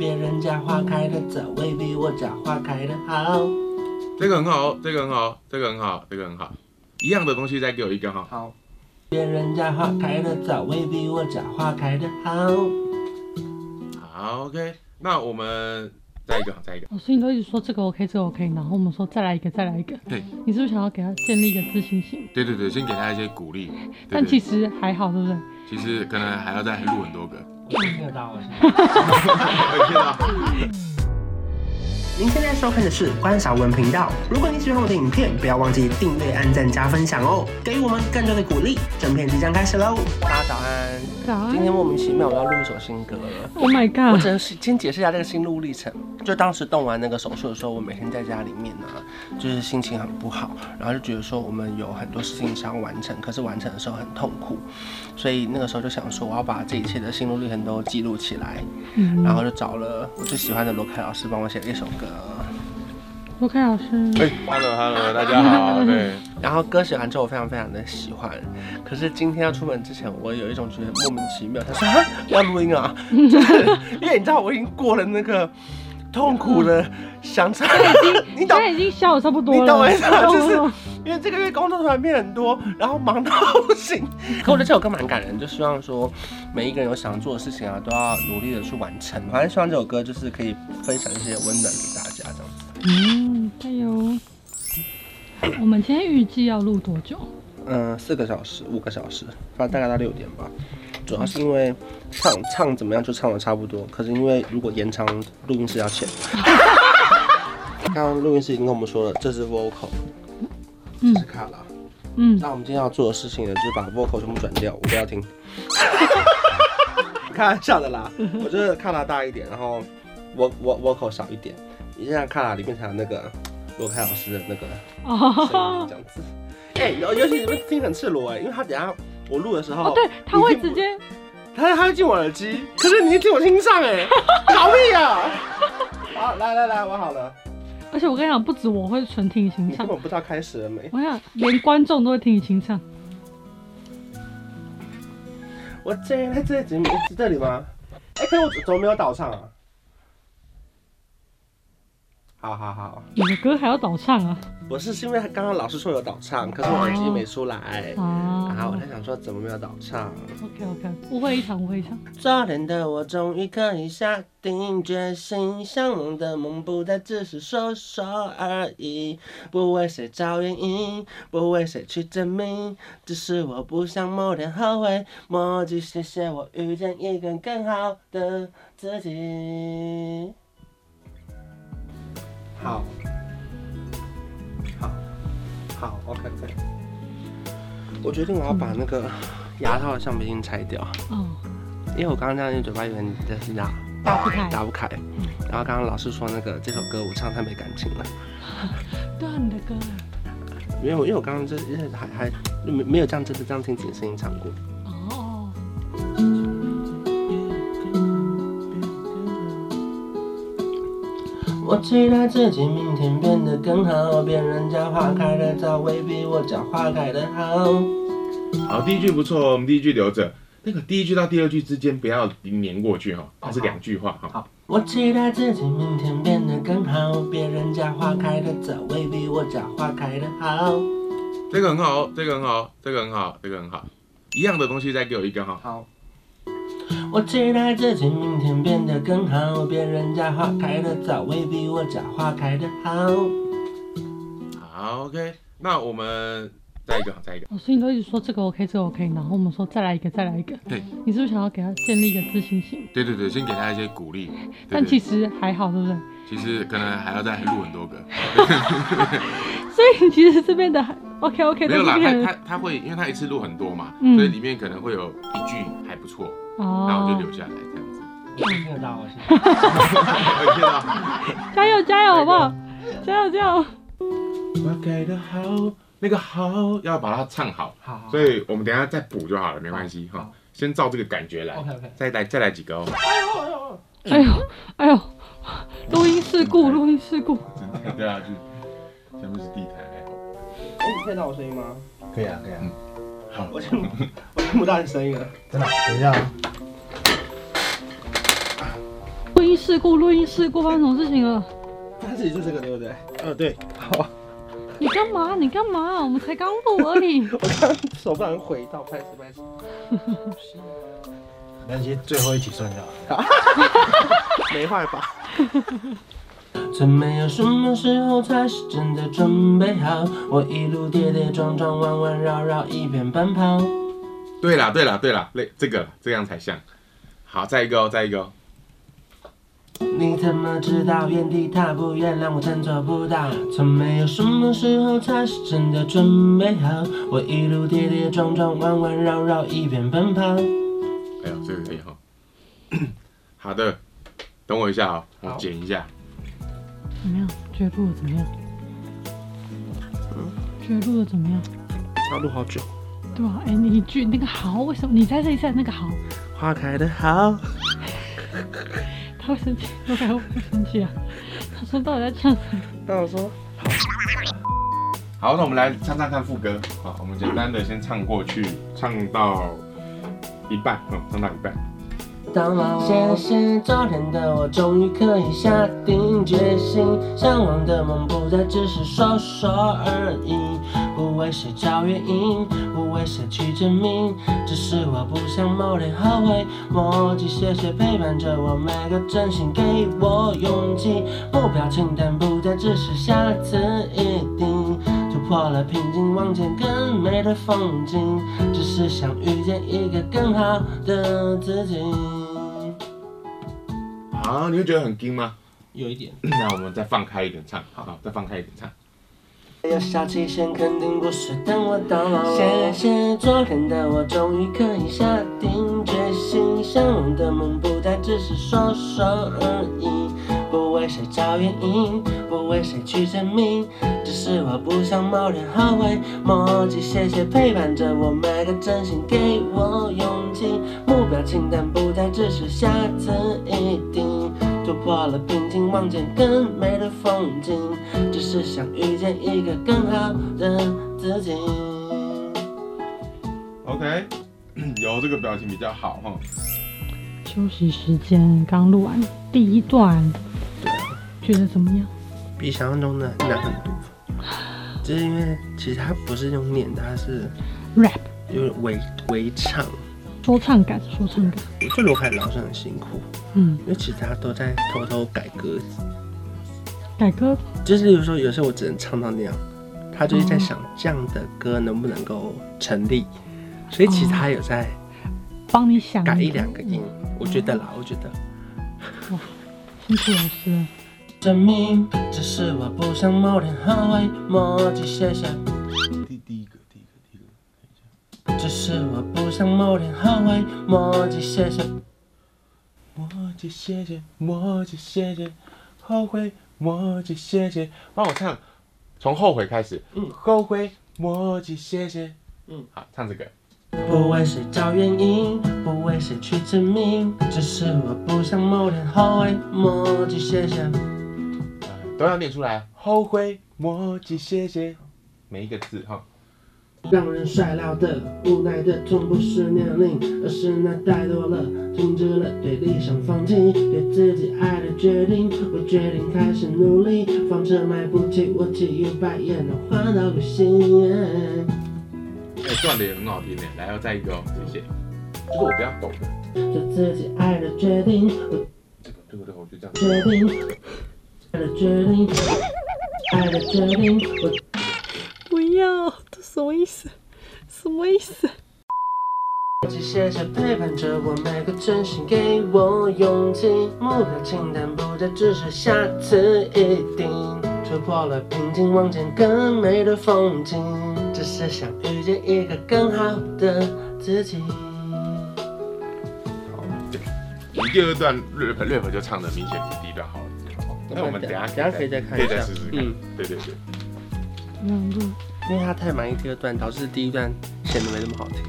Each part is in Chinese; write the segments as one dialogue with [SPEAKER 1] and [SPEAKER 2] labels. [SPEAKER 1] 人家花开的早，未必我家花开的好。
[SPEAKER 2] 这个很好哦，这个很好哦，这个很好，这个很好。一样的东西再给我一个哈。
[SPEAKER 3] 好，
[SPEAKER 1] 别人家花开的早，未必我家花开的好。
[SPEAKER 2] 好，OK，那我们再一个，再一个。
[SPEAKER 4] 老哦师，你都一直说这个 OK，这个 OK，然后我们说再来一个，再来一个。
[SPEAKER 2] 对，
[SPEAKER 4] 你是不是想要给他建立一个自信心？
[SPEAKER 2] 对对对，先给他一些鼓励。对
[SPEAKER 4] 但其
[SPEAKER 2] 对，
[SPEAKER 4] 实还好，对不对？
[SPEAKER 2] 其实可能还要再录很 多个。
[SPEAKER 1] 有没有到我身上？
[SPEAKER 2] 没有骗到。
[SPEAKER 3] 您现在收看的是关少文频道。如果你喜欢我的影片，不要忘记订阅、按赞、加分享哦，给予我们更多的鼓励。整片即将开始喽，
[SPEAKER 1] 大家早安，
[SPEAKER 4] 早安
[SPEAKER 3] 今天莫名其妙我要录一首新歌了。
[SPEAKER 4] ，Oh my
[SPEAKER 3] 我
[SPEAKER 4] god！
[SPEAKER 3] 只能先解释一下这个心路历程。就当时动完那个手术的时候，我每天在家里面呢、就是心情很不好，然后就觉得说我们有很多事情想要完成，可是完成的时候很痛苦，所以那个时候就想说我要把这一切的心路历程都记录起来，
[SPEAKER 4] 嗯
[SPEAKER 3] 然后就找了我最喜欢的罗凯老师帮我写了一首歌，
[SPEAKER 4] 罗凯老师，
[SPEAKER 2] 哎，Hello Hello，大家好。对，
[SPEAKER 3] 然后歌写完之后我非常非常的喜欢，可是今天要出门之前，我有一种觉得莫名其妙，他说啊要录音啊， 就是因为你知道我已经过了那个痛苦的想唱，你
[SPEAKER 4] 现
[SPEAKER 3] 懂
[SPEAKER 4] 在已经笑的差不多了。
[SPEAKER 3] 你懂我意思吗
[SPEAKER 4] 懂
[SPEAKER 3] 就是
[SPEAKER 4] 懂
[SPEAKER 3] 因为这个月工作突然变很多，然后忙到不行。可我觉得这首歌蛮感人，就希望说每一个人有想做的事情啊，都要努力的去完成。反正希望这首歌就是可以分享一些温暖给大家这样子。
[SPEAKER 4] 嗯，加油！我们今天预计要录多久？
[SPEAKER 3] 嗯，四个小时、五个小时，反正大概到六点吧。主要是因为唱唱怎么样就唱的差不多，可是因为如果延长录音室要 钱。刚刚录音师已经跟我们说了，这是 vocal，
[SPEAKER 4] 嗯
[SPEAKER 3] 这是卡拉。
[SPEAKER 4] 嗯，
[SPEAKER 3] 那我们今天要做的事情呢，就是把 vocal 全部转掉，我不要 听。开玩笑的啦，我就是卡拉大一点，然后我我 vocal 少一点，你像卡拉里面才有那个罗开老师的那个声音
[SPEAKER 4] 哦，
[SPEAKER 3] 这样子。 哎、然后尤其你们听很赤裸哎、因为他等一下我录的时候，
[SPEAKER 4] 哦，对，他会直接，
[SPEAKER 3] 他他会进我耳机，可是你一听我听上 哎、搞屁啊！好，来来来，我好了，
[SPEAKER 4] 而且我跟你讲，不止我会纯听你清
[SPEAKER 3] 你
[SPEAKER 4] 唱
[SPEAKER 3] 根，本不知道开始了没。
[SPEAKER 4] 我想连观众都会听你清唱。
[SPEAKER 3] 我最爱自己，是这里吗？哎、可是我怎么没有倒唱啊？好好好，
[SPEAKER 4] 你的歌还要倒唱啊？
[SPEAKER 3] 我是是因为刚刚老师说有倒唱，可是我耳机没出来，然后我
[SPEAKER 4] 啊
[SPEAKER 3] 在想说怎么没有倒唱。
[SPEAKER 4] ，OK OK，误会一场，误会一场。
[SPEAKER 3] 昨天的我终于可以下定决心，向往的梦不再只是说说而已，不为谁找原因，不为谁去证明，只是我不想某天后悔。莫记谢谢我遇见一个更好的自己。好，好，好，OK，可以。我决定我要把那个牙套的橡皮筋拆掉。
[SPEAKER 4] 哦，
[SPEAKER 3] 因为我刚刚这样用嘴巴有点就是打
[SPEAKER 4] 打不开。
[SPEAKER 3] 打不开，
[SPEAKER 1] 嗯
[SPEAKER 3] 然后刚刚老师说那个这首歌我唱太没感情了，
[SPEAKER 4] 对啊，你的歌。
[SPEAKER 3] 因为我因为我刚刚就是因为还还没没有这样真的这样听自己的声音唱过。
[SPEAKER 4] 哦，
[SPEAKER 1] 我期待自己明天变得更好，别人家花开的早，未必我家花开的好。
[SPEAKER 2] 好，第一句不错哦，我们第一句留着。那个第一句到第二句之间不要粘过去哈，它是两句话哈。
[SPEAKER 1] 我期待自己明天变得更好，别人家花开的早，未必我家花开的好。
[SPEAKER 2] 这个很好哦，这个很好哦，这个很好，这个很好。一样的东西再给我一个哈。
[SPEAKER 3] 好，
[SPEAKER 1] 我期待自己明天变得更好，别人家花开的早，未必我家花开的好。
[SPEAKER 3] 嗯
[SPEAKER 2] 好，OK，那我们再一个，再一个。
[SPEAKER 4] 老哦师，你都一直说这个 OK，这个 OK，然后我们说再来一个，再来一个。
[SPEAKER 2] 对，
[SPEAKER 4] 你是不是想要给他建立一个自信心？
[SPEAKER 2] 对对对，先给他一些鼓励。对
[SPEAKER 4] 但其
[SPEAKER 2] 对，
[SPEAKER 4] 实还好，对不对？
[SPEAKER 2] 其实可能还要再录很 多个。
[SPEAKER 4] 所以其实这边的 OK OK
[SPEAKER 2] 没
[SPEAKER 4] 都
[SPEAKER 2] 有
[SPEAKER 4] 是
[SPEAKER 2] 啦，
[SPEAKER 4] 骗
[SPEAKER 2] 他
[SPEAKER 4] 人
[SPEAKER 2] 他他会，因为他一次录很多嘛，
[SPEAKER 4] 嗯
[SPEAKER 2] 所以里面可能会有一句还不错，
[SPEAKER 4] 哦
[SPEAKER 2] 然后就留下来这样子。
[SPEAKER 1] 有没有到我身上？
[SPEAKER 2] 没有骗到。
[SPEAKER 4] 加油加油，好不好？加油加油！
[SPEAKER 2] 我给的好，那个好要把它唱好，
[SPEAKER 1] 好好
[SPEAKER 2] 所以我们等一下再补就好了，没关系
[SPEAKER 1] 好
[SPEAKER 2] 哈。先照这个感觉
[SPEAKER 3] 哎
[SPEAKER 2] 来
[SPEAKER 1] OK，OK
[SPEAKER 2] 再来再来几个哦。
[SPEAKER 4] 哎呦哎呦，录音事故，录音事故。
[SPEAKER 2] 真的对啊，就前面是地台，还好。
[SPEAKER 3] 哎、你听得到我声音吗？
[SPEAKER 5] 可以啊，可以啊，
[SPEAKER 2] 好，
[SPEAKER 3] 我听不我听不到你声音了。
[SPEAKER 5] 真的。等一下啊，
[SPEAKER 4] 录音事故，录音事故，发生什么事情了？
[SPEAKER 6] 它其实就这个对不对？
[SPEAKER 5] 呃，对，
[SPEAKER 6] 好，
[SPEAKER 4] 你干嘛？你干嘛？我们才刚录而 已。
[SPEAKER 6] 我刚手不小心回到，拍死拍死。
[SPEAKER 5] 那些最后一起算掉了。
[SPEAKER 6] 没坏吧？
[SPEAKER 3] 真没有什么时候才是真的准备好，我一路跌跌撞撞，弯弯绕绕，一边奔跑。
[SPEAKER 2] 对啦，对啦，对啦，类这个这样才像。好，再一个哦，再一个哦。
[SPEAKER 3] 你怎么知道原地踏步，原谅我真做不到。从没有什么时候才是真的准备好，我一路跌跌撞撞，弯弯绕绕，一边奔跑。
[SPEAKER 2] 哎呦，这个可以哈。 好的，等我一下哦，我剪一下。
[SPEAKER 4] 怎么样？觉得录的怎么样？觉得录的怎么样？
[SPEAKER 6] 要录好久。
[SPEAKER 4] 对吧、哎、你一句那个好，为什么你在这一下那个好？
[SPEAKER 6] 花开的好，
[SPEAKER 4] 他会生气，我感觉会生气啊。他说到底在唱什么？
[SPEAKER 6] 那我说
[SPEAKER 2] 好，那我们来唱唱看副歌。好，我们简单的先唱过去，唱到一半，嗯，唱到一半。
[SPEAKER 3] 当然，谢谢昨天的我，终于可以下定决心，向往的梦不再只是说说而已。不为谁找原因，不为谁去证明，只是我不想某天后悔。默契，谢谢陪伴着我每个真心，给我勇气。目标清单不再只是下次一定。突破了瓶颈，望见更美的风景，只是想遇见一个更好的自己。
[SPEAKER 2] 好，啊你会觉得很惊 吗？
[SPEAKER 6] 有一点。
[SPEAKER 2] 那我们再放开一点唱，好，好再放开一点唱。
[SPEAKER 3] 有小期限肯定不是等我到老。谢谢昨天的我，终于可以下定决心，向往的梦不再只是说说而已。不为谁找原因，不为谁去证明，只是我不想某天后悔。默契，谢谢陪伴着我每个真心，给我勇气。目标清单不再只是下次一定。突破了瓶颈，望见更美的风景，只是想遇见一个更好的自己。
[SPEAKER 2] OK，有 这个表情比较好哈。
[SPEAKER 4] 休息时间刚录完第一段，觉得怎么 样？
[SPEAKER 6] 比想象中的难很多，只是因为其实它不是用念的，它是
[SPEAKER 4] rap
[SPEAKER 6] 有点微微唱。
[SPEAKER 4] 说唱感，说唱感，
[SPEAKER 6] 我觉得罗凯老师很辛苦，
[SPEAKER 4] 嗯，
[SPEAKER 6] 因为其实他都在偷偷改歌词，
[SPEAKER 4] 改歌
[SPEAKER 6] 就是有时候有时候我只能唱到那样，他就是在想这样的歌能不能够成立，所以其实他有在
[SPEAKER 4] 帮你想
[SPEAKER 6] 改一两个
[SPEAKER 4] 嗯
[SPEAKER 6] 音，我觉得啦，我觉得
[SPEAKER 4] 辛苦老 师了。
[SPEAKER 3] 证明，只是我不想某天后悔。默契，谢谢。
[SPEAKER 5] 第第一个，第一个，第一个。
[SPEAKER 3] 只是我不想某天后悔。默契，谢谢。
[SPEAKER 6] 默契谢谢，默契谢谢，后悔默契谢谢，嗯
[SPEAKER 2] 帮我唱，从后悔开始。
[SPEAKER 6] 后悔默契谢谢。
[SPEAKER 2] 好，唱这个。
[SPEAKER 3] 不为谁找原因，不为谁去证明，只是我不想某天后悔。默契，谢谢。
[SPEAKER 2] 都要念出来。后悔莫及谢谢，每一个字哈。
[SPEAKER 3] 让人衰老的、无奈的，从不是年龄，而是那太多了，停止了对理想放弃，对自己爱的决定。我决定开始努力，房车买不起，我骑一百也能换到旅行。
[SPEAKER 2] 哎、断的也很好听耶。来，要再一个哦，谢谢。就是我不要抖的，
[SPEAKER 3] 做自己爱的决定，我
[SPEAKER 2] 这个这个这个我就这样。
[SPEAKER 3] 决定，爱的决定，爱的决定，我
[SPEAKER 4] 不要，这什么意思？什么意思？
[SPEAKER 3] 谢谢谢陪伴着我每个真心，给我勇气。目标清单不再只是下次一定，突破了瓶颈，望见更美的风景。只是想遇见一个更好的自己。
[SPEAKER 2] 好，对。我们第二段 rap rap 就唱的明显比第一段好了。好那我们等一下
[SPEAKER 6] 等一下可以再
[SPEAKER 2] 可
[SPEAKER 6] 看一
[SPEAKER 2] 以再
[SPEAKER 6] 下
[SPEAKER 2] 试试看。
[SPEAKER 6] 嗯
[SPEAKER 2] 对对对。
[SPEAKER 4] 怎么样录？
[SPEAKER 6] 因为他太满意第二段，导致第一段显得没那么好听。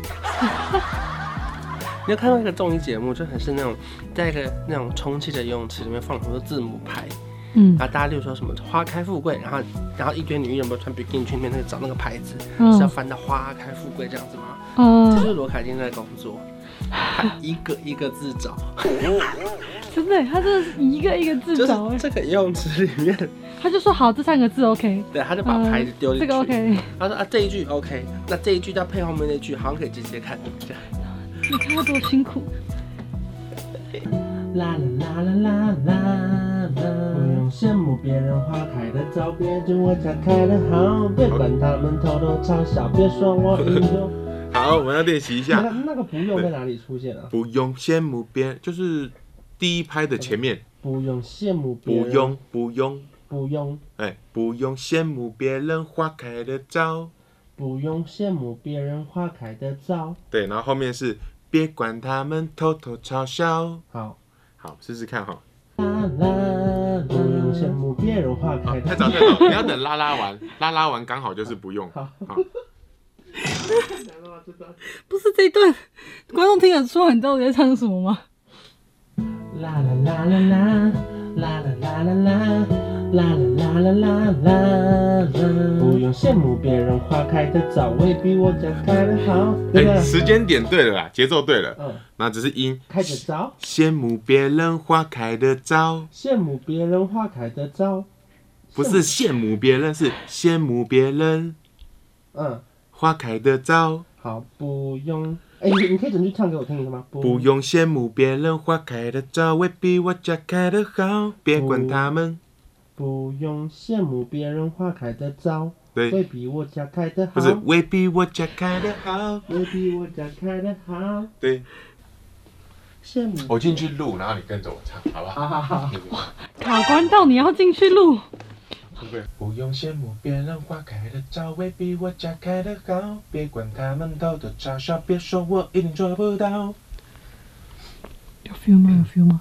[SPEAKER 6] 你有看到一个综艺节目，就很是那种在一个那种充气的游泳池里面放很多字母牌，
[SPEAKER 4] 嗯
[SPEAKER 6] 然后大家例如说什么花开富贵，然后然后一堆女人不是穿比基尼去那边那个找那个牌子，是要
[SPEAKER 4] 嗯
[SPEAKER 6] 翻到花开富贵这样子吗？这
[SPEAKER 4] 嗯，
[SPEAKER 6] 就是罗凯今天在工作，他一个一个字找，
[SPEAKER 4] 真的，他真的是一个一个
[SPEAKER 6] 就
[SPEAKER 4] 字找
[SPEAKER 6] 是
[SPEAKER 4] 哎，
[SPEAKER 6] 这个游泳池里面，
[SPEAKER 4] 他就说好这三个字 OK，嗯
[SPEAKER 6] 对，他就把牌子丢进
[SPEAKER 4] 这
[SPEAKER 6] 去。
[SPEAKER 4] 个 OK，
[SPEAKER 6] 他说啊，这一句 OK，那这一句再配后面那句，好像可以直接看。这样
[SPEAKER 4] 你看他多辛苦，
[SPEAKER 3] 啦啦啦啦啦啦！不用羡慕别人花开的早，别人我家开的好，别管他们偷偷嘲笑，别说我英 雄。
[SPEAKER 2] 好，我们要练习一
[SPEAKER 3] 那个
[SPEAKER 2] 下。
[SPEAKER 6] 嗯
[SPEAKER 3] 那个不用在哪里出现啊？
[SPEAKER 2] 不用羡慕别人，就是第一拍的前面，
[SPEAKER 3] 不用羡慕
[SPEAKER 6] 嗯
[SPEAKER 3] 别人，
[SPEAKER 2] 不用不用，
[SPEAKER 3] 不用
[SPEAKER 2] 哎，不用羡慕别人花开的早。
[SPEAKER 3] 不用羡慕别人花开的早。
[SPEAKER 2] 对，然后后面是别管他们偷偷嘲笑。
[SPEAKER 3] 好。
[SPEAKER 2] 好，试试看哈。
[SPEAKER 3] 啦啦，不用羡慕别人花
[SPEAKER 2] 啊
[SPEAKER 3] 开
[SPEAKER 2] 太
[SPEAKER 3] 的
[SPEAKER 2] 早
[SPEAKER 3] 早。
[SPEAKER 2] 太早，你要等拉拉完， 拉拉完刚好就是不用。
[SPEAKER 3] 好，
[SPEAKER 2] 好，哎
[SPEAKER 4] 不是这一段，观众听得出来你到底在唱什么吗？
[SPEAKER 3] 啦啦啦啦啦，啦啦啦啦啦，啦啦啦啦啦啦啦。不用羡慕别人花开的早，未必我家开的好。对不
[SPEAKER 2] 哎，
[SPEAKER 3] 对？
[SPEAKER 2] 时间点对了啦，节奏对了，
[SPEAKER 3] 嗯，
[SPEAKER 2] 那只是音。
[SPEAKER 3] 开得早，
[SPEAKER 2] 羡慕别人花开的早，
[SPEAKER 3] 羡慕别人花开的早。
[SPEAKER 2] 不是羡慕别人，是羡慕别人
[SPEAKER 3] 嗯，
[SPEAKER 2] 花开的早。
[SPEAKER 3] 好，不用。哎，你你可以整句唱给我听一下吗？
[SPEAKER 2] 不用羡慕别人花开的早，未必我家开的好。别管他们，
[SPEAKER 3] 不用羡慕别人花开的早，未
[SPEAKER 2] 对，
[SPEAKER 3] 必我家开的好。
[SPEAKER 2] 不是未必我家开的好，
[SPEAKER 3] 未必我家开的好。
[SPEAKER 2] 对。哦
[SPEAKER 3] 羡慕。啊
[SPEAKER 2] 我进去录，然后你跟着我唱，好不好？
[SPEAKER 3] 好好好，
[SPEAKER 4] 卡关到你要进去录，
[SPEAKER 2] 不用羡慕别人花开的早，未必我家开的好。别管他们偷偷嘲笑，别说我一定做不到。
[SPEAKER 4] 有 feel 吗？有 feel 吗？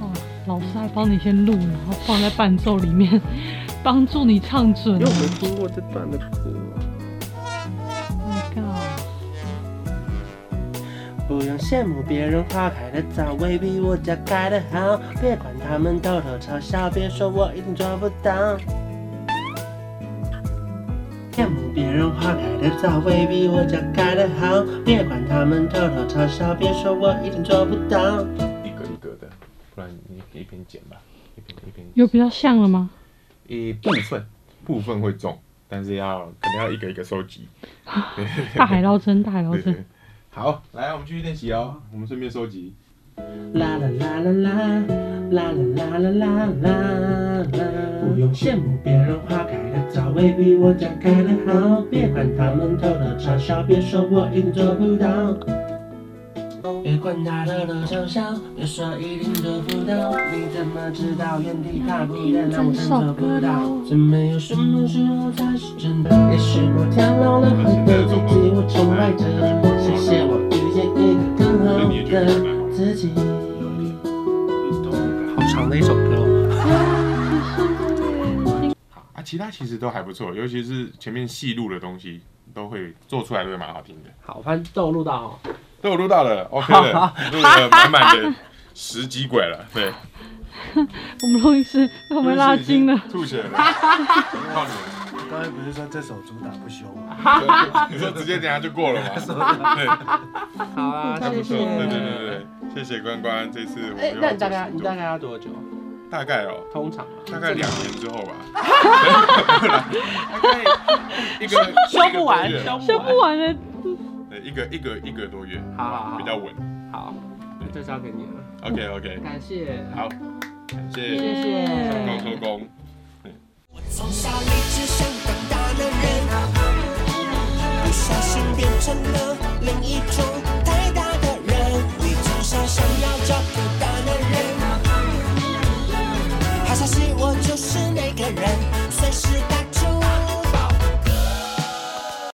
[SPEAKER 4] 哦，老师还帮你先录，然后放在伴奏里面，帮助你唱准
[SPEAKER 6] 因。为我没听过这段的歌。
[SPEAKER 4] Oh my god！
[SPEAKER 3] 不用羡慕别人花开的早，未必我家开的好。别管他们偷偷嘲笑，别说我一定做不到。羡慕别人花开的早，未必我家开的好。别管他们偷偷嘲笑，别说我一定做不到。
[SPEAKER 2] 一格一格的，不然你一边剪吧，一边一边。
[SPEAKER 4] 有比较像了吗？
[SPEAKER 2] 一部分部分会中，但是要可能要一个一个收集。
[SPEAKER 4] 大海捞针，大海捞
[SPEAKER 2] 对对
[SPEAKER 4] 针
[SPEAKER 2] 对。好，来，我们继续练习哦。我们顺便收集。
[SPEAKER 3] 啦啦啦啦啦啦啦啦啦啦啦啦！不用羡慕别人花开的早，未必我家开的好。别管他们偷偷嘲笑，别说我一定做不到。别管他偷偷嘲笑，别说一定做不到。你怎么知道原地踏步的让我做不到？嗯真没有什么时候才是真的。也许我跳楼了很多自己，我崇拜着。谢谢我遇见一个更好的自己。
[SPEAKER 6] 好长的一首歌哦，
[SPEAKER 2] 好啊，其他其实都还不错，尤其是前面细录的东西，都会做出来都会蛮好听的。
[SPEAKER 6] 好，反正都有录到哦。
[SPEAKER 2] 都有录到了，OK 了，录了满满的十几轨了，对，
[SPEAKER 4] 我们录音师被我们拉筋了。
[SPEAKER 2] 吐血了，靠你们。
[SPEAKER 5] 刚才不是说这首主打不休吗？
[SPEAKER 2] 你说直接等下就过了 吗？对，
[SPEAKER 6] 好啊，
[SPEAKER 2] 还不
[SPEAKER 6] 谢
[SPEAKER 2] 错，
[SPEAKER 6] 谢。
[SPEAKER 2] 对对对对，谢谢关关，这次我
[SPEAKER 6] 哎，
[SPEAKER 2] 又
[SPEAKER 6] 那
[SPEAKER 2] 要做
[SPEAKER 6] 你大概你
[SPEAKER 2] 新
[SPEAKER 6] 大
[SPEAKER 2] 作
[SPEAKER 6] 概要多久？
[SPEAKER 2] 大概哦，
[SPEAKER 6] 通常啊，
[SPEAKER 2] 大概两年之 后吧，大概一个
[SPEAKER 6] 修不
[SPEAKER 2] 一
[SPEAKER 6] 完
[SPEAKER 2] 个多月，吧
[SPEAKER 4] 修不完的，
[SPEAKER 2] 对，一个一个一个多月，
[SPEAKER 6] 好好好
[SPEAKER 2] 比较稳。
[SPEAKER 6] 好，那就交给你了，
[SPEAKER 2] OK OK，
[SPEAKER 6] 感谢。
[SPEAKER 2] 好，感谢
[SPEAKER 6] 谢谢。
[SPEAKER 2] 高收工。
[SPEAKER 7] 从小一直想当大男人，不小心变成了另一种太大的人。你从小想要找个大男人，好消息我就是那个人，随时带